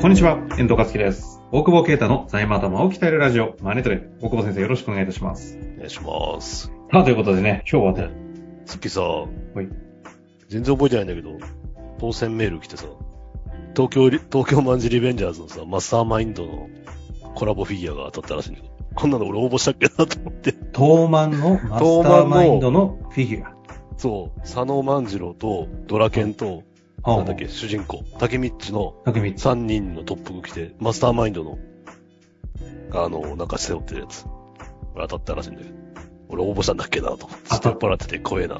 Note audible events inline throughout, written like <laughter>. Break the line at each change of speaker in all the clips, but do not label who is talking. こんにちは、遠藤和樹です。大久保啓太の財務頭を鍛えるラジオ、マネトレ。大久保先生よろしくお願いいたします。
お願いします。
さあ、ということでね、今日はね、
さっきさ、
い
全然覚えてないんだけど、当選メール来てさ、東京リ、東京マンジリベンジャーズのさ、マスターマインドのコラボフィギュアが当たったらしいんだけど、こんなの俺応募したっけなと思って。 <laughs>
東マンのマスターマインドのフィギュア。
そう、佐野万次郎とドラケンと、
ああ
なんだっけ、主人公、タケミッチの
なんか3つ。
3人のトップが来て、マスターマインドの、あの、なんか背負ってるやつ、俺当たったらしいんだけど、俺応募したんだっけなと思って、
当
ス
た
テ
っ
ッパラってて怖えな。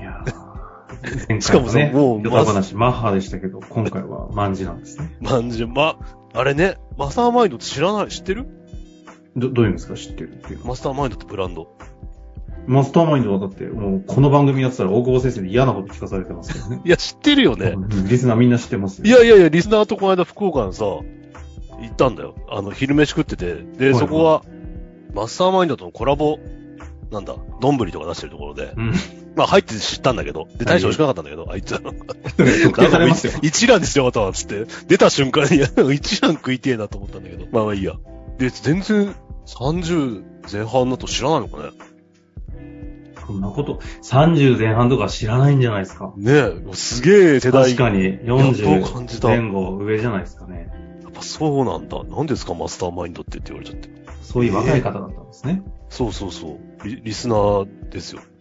いや
<laughs>
ー前
しか
回
も
は
さ
ね、
もう
ヨタ話、マッハでしたけど、今回はマンジなんですね。
万次郎、ま、あれね、マスターマインドって知らない、知ってる
ど、どういうんですか知ってるっていうのは。
マスターマインドってブランド。
マスターマインドはだって、もうこの番組やってたら大久保先生に嫌なこと聞かされてますけどね。
いや、知ってるよね。
うんリスナーみんな知ってますよ
いやいやいや、リスナーとこの間福岡のさ、行ったんだよ。あの、昼飯食ってて。
い
で、
はい
そこは、マスターマインドとのコラボ、なんだ、丼とか出してるところで。
うん。
まあ入って知ったんだけど。で、大して美味しくなかったんだけど、あいつら。
特定されますよ。
<laughs> 一覧にしようとは、つって。出た瞬間に、い <laughs> や一覧食いてえなと思ったんだけど。まあまあいいや。で、全然、30前半だと知らないのかね。
そんなこと、30前半とか知らないんじゃないですか。
ねえ、すげえ世代。
確かに、
やっと感じ
40
た
前後上じゃないですかね。
やっぱそうなんだ。何ですか、マスターマインドってって言われちゃって。
そういう若い方だったんですね。
そうそうそう。リリスナーです
う
よ。
ん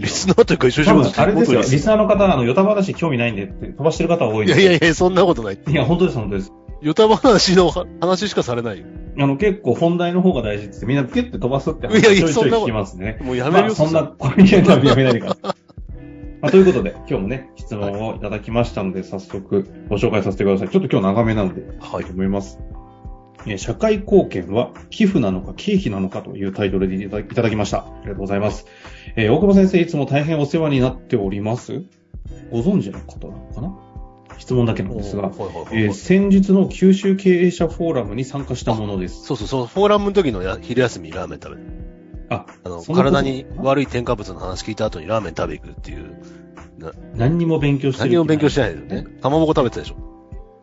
リスナーというか一緒に
多
仕事
分
し、て
あれ
るこ
です
と
よ、
で
リ
す。
スナーの方、あの、ヨタ話興味ないんでって飛ばしてる方多いんで
いや
す
い
よ。
やいや、そんなことない。
いや、本当です、本当です。
ヨタ話のは話しかされないよ。
あの、結構本題の方が大事って、みんなピュッて飛ばすって
いやい
ち
や
ょいちょい
そんな
聞
こ
き
と
ますね。
もうやめる
ま
よ、
あ、そんな、
う
コミュニケーションやめないでください。まあ、ということで、今日もね、質問をいただきましたので、早速ご紹介させてください。ちょっと今日長めなので、
は
と
い。
思います。えー社会貢献は寄付なのか経費なのかというタイトルでいただいただきました。ありがとうございます。えー大久保先生、いつも大変お世話になっております。ご存知の方なのかな質問だけなんですが、
おはいはいはい
えー
はい
先日の九州経営者フォーラムに参加したものです。
そうそう、そのフォーラムの時のや昼休みにラーメン食べる。
あ、
あの、
そんなこと
体に悪い添加物の話聞いた後にラーメン食べ行くっていう、
何にも勉強してる。
何を勉強してない
よ
よね。かまぼこ食べてたでしょ。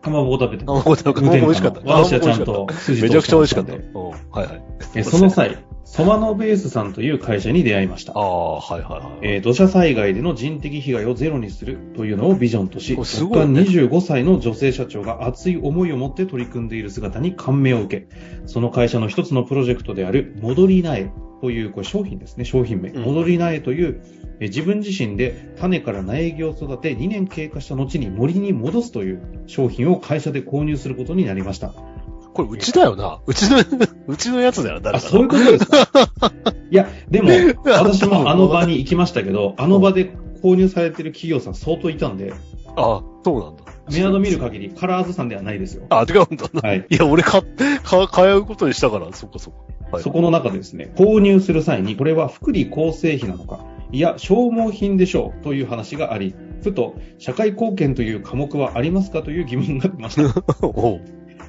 かまぼこ食べて
かまぼこ食べて、かまぼこ美味しかった。
私はちゃん
かまぼ
と
こ美味しかっ
筋
た。めちゃくちゃ美味しかった。
通
う
て
ん。はいはい。
たんでえーその際、ソマノベースさんという会社に出会いました
あ。あ、はいはいはい。
えー土砂災害での人的被害をゼロにするというのをビジョンとし、
おす
若
ごい
干
ね
25歳の女性社長が熱い思いを持って取り組んでいる姿に感銘を受け、その会社の一つのプロジェクトである、戻りなえという、これ商品ですね、商品名。
うん
戻りなえという、えー自分自身で種から苗木を育て2年経過した後に森に戻すという商品を会社で購入することになりました。
これうちだよな。うちの、 <laughs> うちのやつだよ、誰
あ、
かな。
そういうことですか <laughs> いや、でも、私もあの場に
に。
行きましたけど、あの場で購入されてる企業さん相当いたんで、
あ、そうなんだ。
メアド見る限り、カラーズさんではないですよ。
あ、違うんだな。
はい。
いや、俺買っ、買、買うことにしたから、そっかそっか。はい
そこの中でですね、購入する際に、これは福利厚生費なのか、いや、消耗品でしょうという話があり、ふと、社会貢献という科目はありますかという疑問が出ました。
<laughs> おう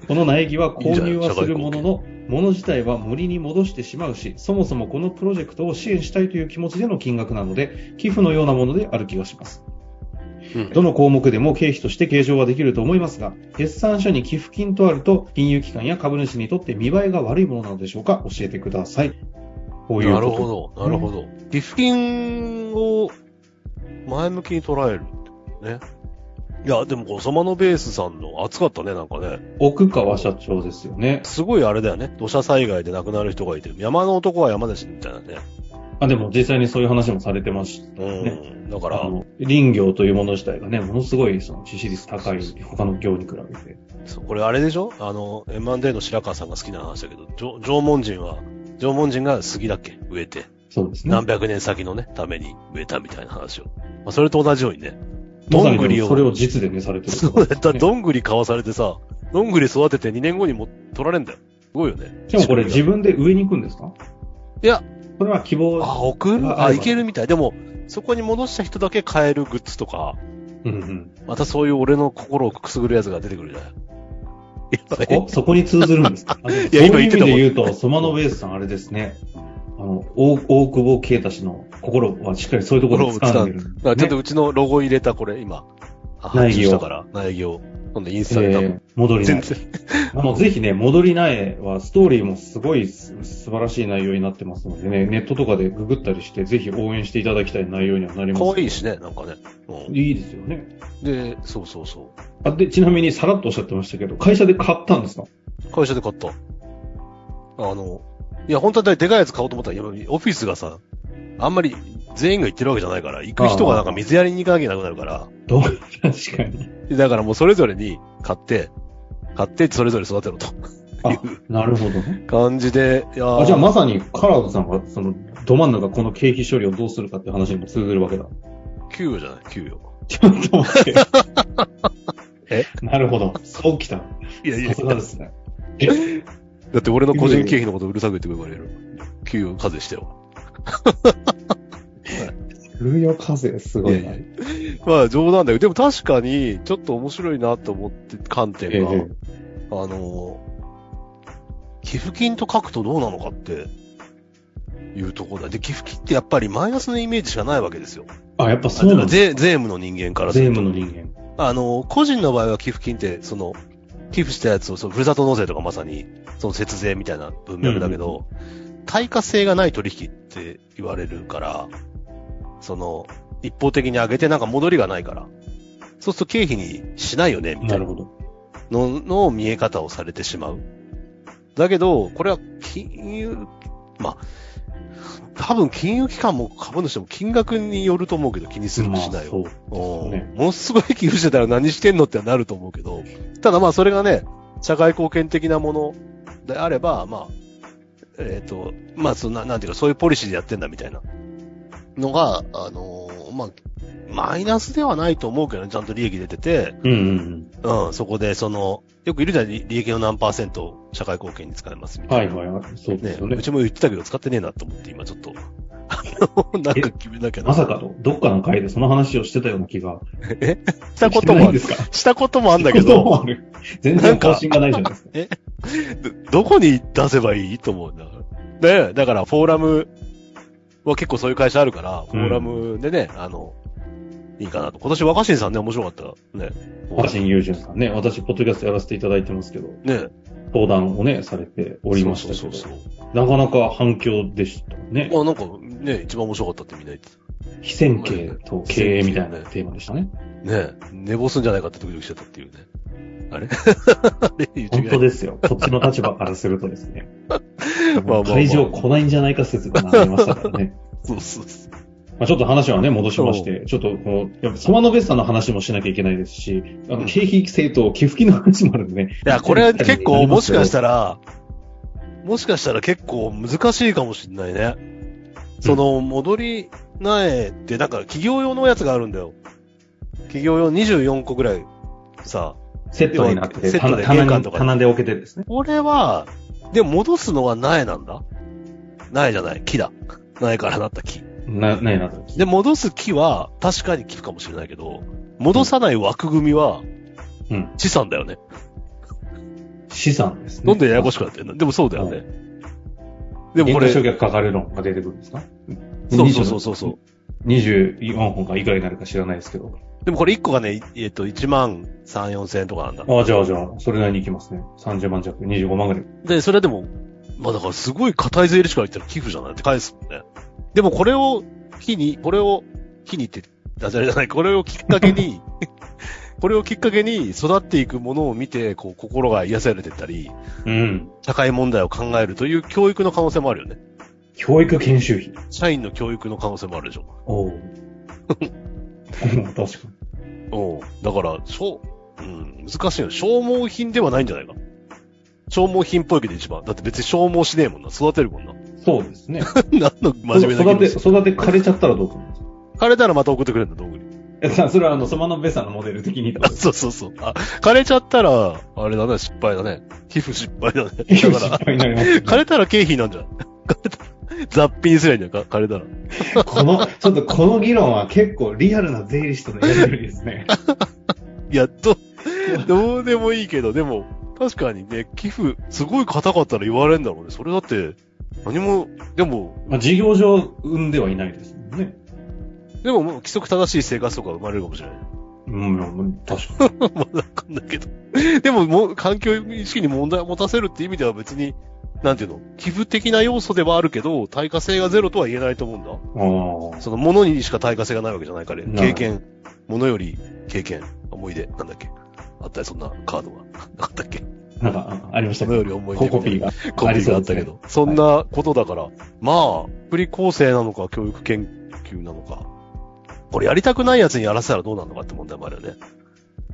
この苗木は購入はするもの
いい
の、もの自体は森に戻してしまうし、そもそもこのプロジェクトを支援したいという気持ちでの金額なので、寄付のようなものである気がします。
うん
どの項目でも経費として計上はできると思いますが、決算書に寄付金とあると、金融機関や株主にとって見栄えが悪いものなのでしょうか教えてください。こういう
なる
こと。
ほど、なるほど。寄付金を前向きに捉えるってね。いや、でも、このソマノベースさんの熱かったね、なんかね。
奥川社長ですよね。
すごいあれだよね。土砂災害で亡くなる人がいて、山の男は山ですみたいなね。
あ、でも実際にそういう話もされてました。
うん。だか
あ
ら、
の、林業というもの自体がね、ものすごいその致死率高い、他の業に比べて。
そうこれあれでしょあの、M&A の白川さんが好きな話だけど、縄縄文人は、縄文人が杉だっけ植えて、
そうですね
何。百年先のね、ために植えたみたいな話を。まあ、それと同じようにね、 <laughs>
まさに
どんぐりを
それを実でね、されてる。
そうやったらどんぐり買わされてさ、どんぐり育てて2年後にも取られんだよ。すごいよね。
しかもこれ自分で植えに行くんですか
いや、
これは希望。
あ、送る
あ
あ、いけるみたい。でも、そこに戻した人だけ買えるグッズとか、
うんうん。
またそういう俺の心をくすぐるやつが出てくるじゃない。
そ
<laughs>
こそこに通ずるんですかい
や
そう
今
いう意
言っ
味
てた
で
もん
言うと、ソマノベースさんあれですね。あの、大大久保啓太氏の心はしっかりそういうところを掴んでる、
だからちょっと
ね
うちのロゴ入れたこれ、今。あ
苗木を
発注したから、苗木を。今度インスタで多
え
分
ー、戻りな
全
い。
然、
<laughs> あの、ぜひね、戻りないは、ストーリーもすごいす素晴らしい内容になってますのでね、ネットとかでググったりして、ぜひ応援していただきたい内容にはなります。
可愛いしね、なんかね。うん
いいですよね。
で、そうそうそ
あ、で、ちなみにさらっとおっしゃってましたけど、会社で買ったんですか
う。会社で買った。あの、いや、本当はでかいやつ買おうと思ったら、やっぱりオフィスがさ、あんまり全員が行ってるわけじゃないから、行く人がなんか水やりに行かなきゃいけなくなるから、
どう <laughs> 確かに。
でだからもうそれぞれに買って、買ってそれぞれ育てろと。
あ、 <laughs> なるほどね。
感じで、いやー
あ、じゃあまさにカラードさんが、その、ど真ん中この経費処理をどうするかって話にも通ずるわけだ。
給与じゃない、給与。
ちょっと待 <laughs> って。
え
なるほど。そうきた。
いやい
さ
や、
すがですね。
だって俺の個人経費のことうるさく言ってくれる。給与課税してよ。
風量風、すごいな。
いやまあ冗談だけど、でも確かに、ちょっと面白いなと思って、観点が、
ええ
あのー、寄付金と書くとどうなのかって、いうところだ。で、寄付金ってやっぱりマイナスのイメージしかないわけですよ。
あ、やっぱそうなんだ。
税、税務の人間からす
税
ると。
務の人間。
あの、個人の場合は寄付金って、その、寄付したやつを、そのふるさと納税とかまさに、その節税みたいな文脈だけど、対価性がない取引って言われるから、その、一方的に上げてなんか戻りがないから、そうすると経費にしないよね、みた
ないる
な
ほど。
のの見え方をされてしまう。だけど、これは金融、まあ、多分金融機関も株主も金額によると思うけど気にする
ま
か
あ
しないは
そう
お
ね
ものすごい寄付してたら何してんのってなると思うけど、ただまあそれがね、社会貢献的なものであれば、まあ、えっ、と、まあそんな、なんていうかそういうポリシーでやってんだみたいなのが、あのーまあ、マイナスではないと思うけどね、ちゃんと利益出てて、
うんうん
うん、そこでその、よくいるじゃん、利利益の何パーセントを社会貢献に使いますみ
うん。
たい
は
な。
いはいはい。そうで
ね
すよね
う。ちも言ってたけど使ってねえなと思って今ちょっと、あの、なんか決めなきゃな。
まさかと、どっかの会でその話をしてたような気が。
したこ
して
と
な
も
い
あ
んで
る。
すか
したこともあるんだけ
こと
ど
も、ある <laughs> 全然更新がないじゃないですか。
どどこに出せばいいと思うんだ。ねだからフォーラムは結構そういう会社あるから、フォーラムでね、あの、いいかなと。今年若新さんね、面白かった。ね。
若新雄純さんね、私、ポッドキャストやらせていただいてますけど、
ね。
登壇をね、されておりました
そうそう
け
そう
ど、なかなか反響でしたね
そう。。まあなんかね、一番面白かったってみんな言ってた。
非線形と経営みたいなテーマでしたね。
ね寝坊すんじゃないかってドキドキしてたっていうね。あれ <laughs> あれ言っちゃ
本
いけな
当
い
ですよ。こっちの立場からするとですね。
<laughs> まあまあまあ
会場来ないんじゃないか説がありましたから
<laughs>
ね。
そうそうそう。
まあちょっと話はね、戻しまして、ちょっとこう、やっぱサマノベスタの話もしなきゃいけないですし、あ
うん
の、経費制と寄付金の話もあるんでね。<laughs>
いや、これは結構、もしかしたたら、もしかしたら結構難しいかもしんないね。その、戻り苗って、なんか企業用のやつがあるんだよ。企業用24個ぐらい。さ
セットになってて、
セットで
棚棚
玄関
に
とか
棚で置けてですね。
これは、でも戻すのは苗なんだ。苗じゃない、木だ。苗からなった木。
な、ないなと。
で、戻す木は、確かに木かもしれないけど、戻さない枠組みは
うん、
資産だよね。
資産ですね。
なんでややこしくなってんのでもそうだよね。
で
で
もこ
もこれ、
れ。
そ
償
う
却かかる論が出てくるんですか
そうそうそうそう。
24本か以外になるか知らないですけど。
でもこれ1個がね、えっと、1万3、4千円とかなんだ。
ああ、じゃあじゃあ、それなりにいきますね。30万弱、25万ぐらい。
で、それでも、まあだからすごい硬い税理士から言ったら寄付じゃないって返すもんね。でもこれを、機に、これを、機にって、ダジャレじゃない、これをきっかけに、 <laughs> これをきっかけに育っていくものを見て、こう、心が癒されてったり、
うん。
社会問題を考えるという教育の可能性もあるよね。
教育研修費。
社員の教育の可能性もあるでしょ。
おお。 <laughs> 確かに。
おうだから、そう、うん、難しいよ。消耗品ではないんじゃないか。消耗品っぽいけど一番。だって別に消耗しねえもんな。育てるもんな。 <laughs>
そうです <laughs> ね。
何の真面目な
育
気
て、
持ち。
育て枯れちゃったらどうするんですか
枯れたらまた送ってくれるんだ、道具に。
えさそれはあの、そばのべさんのモデル的にってこ
あ
とです。
<laughs> そうそうそう。あ、枯れちゃったら、あれだね、失敗だね。皮膚失敗
<laughs>
だね。
失
だから、
敗になります、
枯れたら経費なんじゃない <laughs> 枯れたら、雑費にすりゃいいんだよ、か枯れたら。
この、ちょっとこの議論は結構リアルな税理士とのやりとりですね。
いや、ど、どうでもいいけど、でも、確かにね、寄付、すごい硬かったら言われるんだろうね。それだって、何も、でも、
まあ、事業上生んではいないですもんね。
でももう規則正しい生活とか生まれるかもしれない。
うん、いやもう確かに。
まあわかんないけど。 <laughs> でも、もう、環境意識に問題を持たせるって意味では別に、なんていうの、寄付的な要素ではあるけど、対価性がゼロとは言えないと思うんだ。
ああ。
その、物にしか対価性がないわけじゃないから、
なる
経
ほど
験、物より経験、思い出、なんだっけ。あったり、そんなカードが。 <laughs> なかったっけ
なんか、ありました
<laughs> 物
け
よ
ど。
り思い出
コ
みたいな。
コピーが。
コピーがあったけど。そんなことだから、まあ、福利構成なのか、教育研究なのか。これやりたくないやつにやらせたらどうなるのかって問題もあるよね。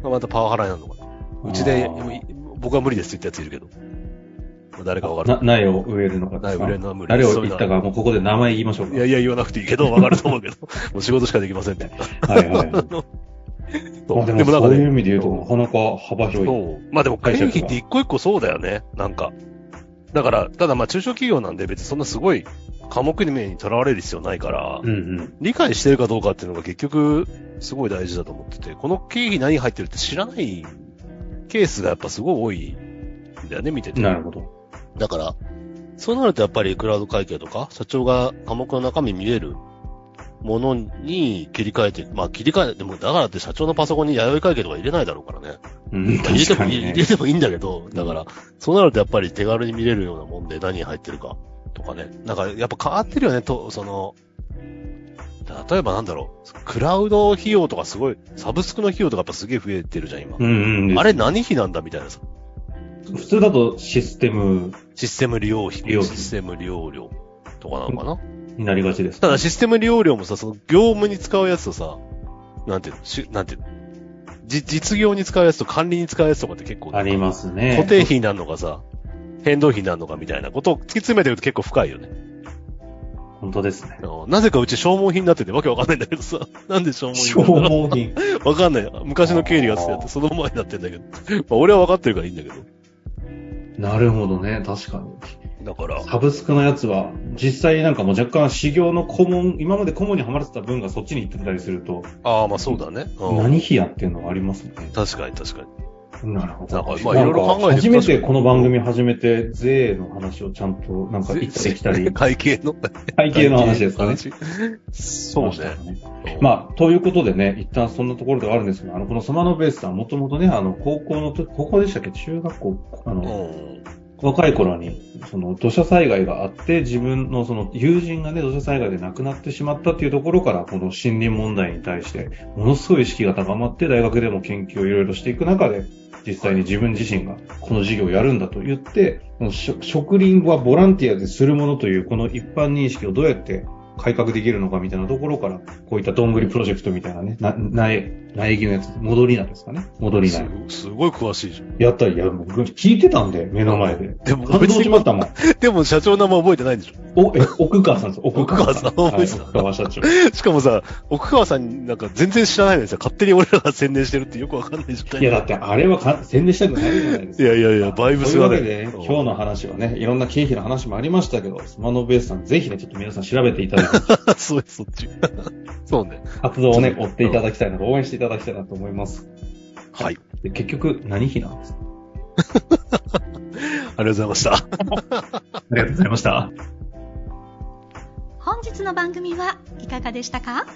またパワハラになるのか。うち
あ
で
ー、
僕は無理ですって言ったやついるけど。まあ誰かわか
な
る。
苗を植えるのか。
苗を植えるのは無理
誰を言ったか、もうここで名前言いましょう
いやいや、言わなくていいけど、わかると思うけど。 <laughs> もう仕事しかできませんって。
か。はいはい。ま
そう
あでも、そういう意味で言うと、
そ
なかなか幅広い。
<laughs> そう。まあでも、経費って一個一個そうだよね。なんか。だから、ただまあ中小企業なんで別にそんなすごい科目に目にとらわれる必要ないから、
うんうん。
理解してるかどうかっていうのが結局すごい大事だと思ってて、この経費何入ってるって知らないケースがやっぱすごい多いんだよね、見てて。
なるほど。
だから、そうなるとやっぱりクラウド会計とか、社長が科目の中身見れるものに切り替えて、まあ切り替え、でもだからって社長のパソコンに弥生会計とか入れないだろうからね。
うん、
入れて
確
も
か
いい、
にね
入れ。てもいいんだけど、だから、そうなるとやっぱり手軽に見れるようなもんで何入ってるかとかね。なんかやっぱ変わってるよね、と、その、例えばなんだろう、クラウド費用とかすごい、サブスクの費用とかやっぱすげえ増えてるじゃん、今。
うんうん。
あれ何費なんだみたいなさ。
普通だとシステム
システム利用費
利用、費
システム利用料とかなのかな、
になりがちです。
ただシステム利用料もさ、その業務に使うやつとさ、なんていうの、しなんていうの、じ実業に使うやつと管理に使うやつとかって結構、
ありますね。
固定費になるのかさ、変動費になるのかみたいなことを突き詰めてると結構深いよね。
本当ですね
あ。のなぜかうち消耗品になっててわけわかんないんだけどさ、 <laughs> なんで消耗
消
品なの
耗品。
わかんない。昔の経理がつってやってその前になってんだけど。まあ俺はわかってるからいいんだけど。
なるほどね、確かに。
だから、
サブスクのやつは、実際なんかもう若干修行の顧問、今まで顧問にはまれてた分がそっちに行ってたりすると、
ああまあそうだね。うん
何費やっていうのがありますもんね。
確かに確かに。
なるほ
なん
ど。
かまあ
なん
いろいろ考えて
か
る、
初めてこの番組始めて、税の話をちゃんとなんか行ったり来た
<laughs>
り
会計の。
会計の話ですか
会
ね。
計の話。そう
しま
ね
し。たね。まあ、ということでね、一旦そんなところではあるんですが、あの、このスマノベースさん、もともとね、あの、高校の時、高校でしたっけ中学校、あ
う
の、
ん。
若い頃に、その、土砂災害があって、自分のその、友人がね、土砂災害で亡くなってしまったっていうところから、この森林問題に対して、ものすごい意識が高まって、大学でも研究をいろいろしていく中で、実際に自分自身がこの授業をやるんだと言って、このしょ植林はボランティアでするものという、この一般認識をどうやって改革できるのかみたいなところから、こういったどんぐりプロジェクトみたいなね、な、苗、苗木のやつ、戻りなんですかね。戻り
す
苗。
すごい詳しいじゃん。
やったり、やるもう聞いてたんで、目の前で。
でも、
感動しましたもん。
でも社長の名前覚えてないんでしょ
お、え、奥川さんです。奥川さん。
奥川さん
はい、奥川社長。
<laughs> しかもさ、奥川さんなんか全然知らないのにさ、勝手に俺らが宣伝してるってよくわかんない状態
いや、だってあれはか宣伝したくないじゃないです
い
か。
やいやいや、バイブスが
と
ね。
いうわけで、今日の話はね、いろんな経費の話もありましたけど、スマノベースさん、ぜひね、ちょっと皆さん調べていただいて、
<laughs> の。 <laughs> そうそっ
<laughs>
ち。そうね。
活動をね、追っていただきたいなと、応援していただきたいなと思います。
はい。
で結局、何費なんですか
ありがとうございました。
ありがとうございました。
本日の番組はいかがでしたか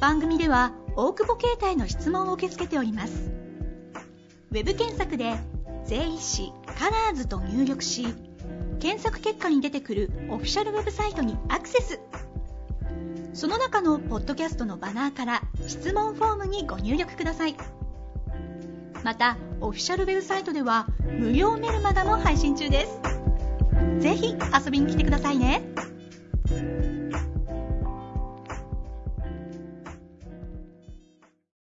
番組では大久保携帯の質問を受け付けておりますウェブ検索で「税理士カラーズと入力し検索結果に出てくるオフィシャルウェブサイトにアクセスその中のポッドキャストのバナーから質問フォームにご入力くださいまたオフィシャルウェブサイトでは無料メルマガも配信中ですぜひ遊びに来てくださいね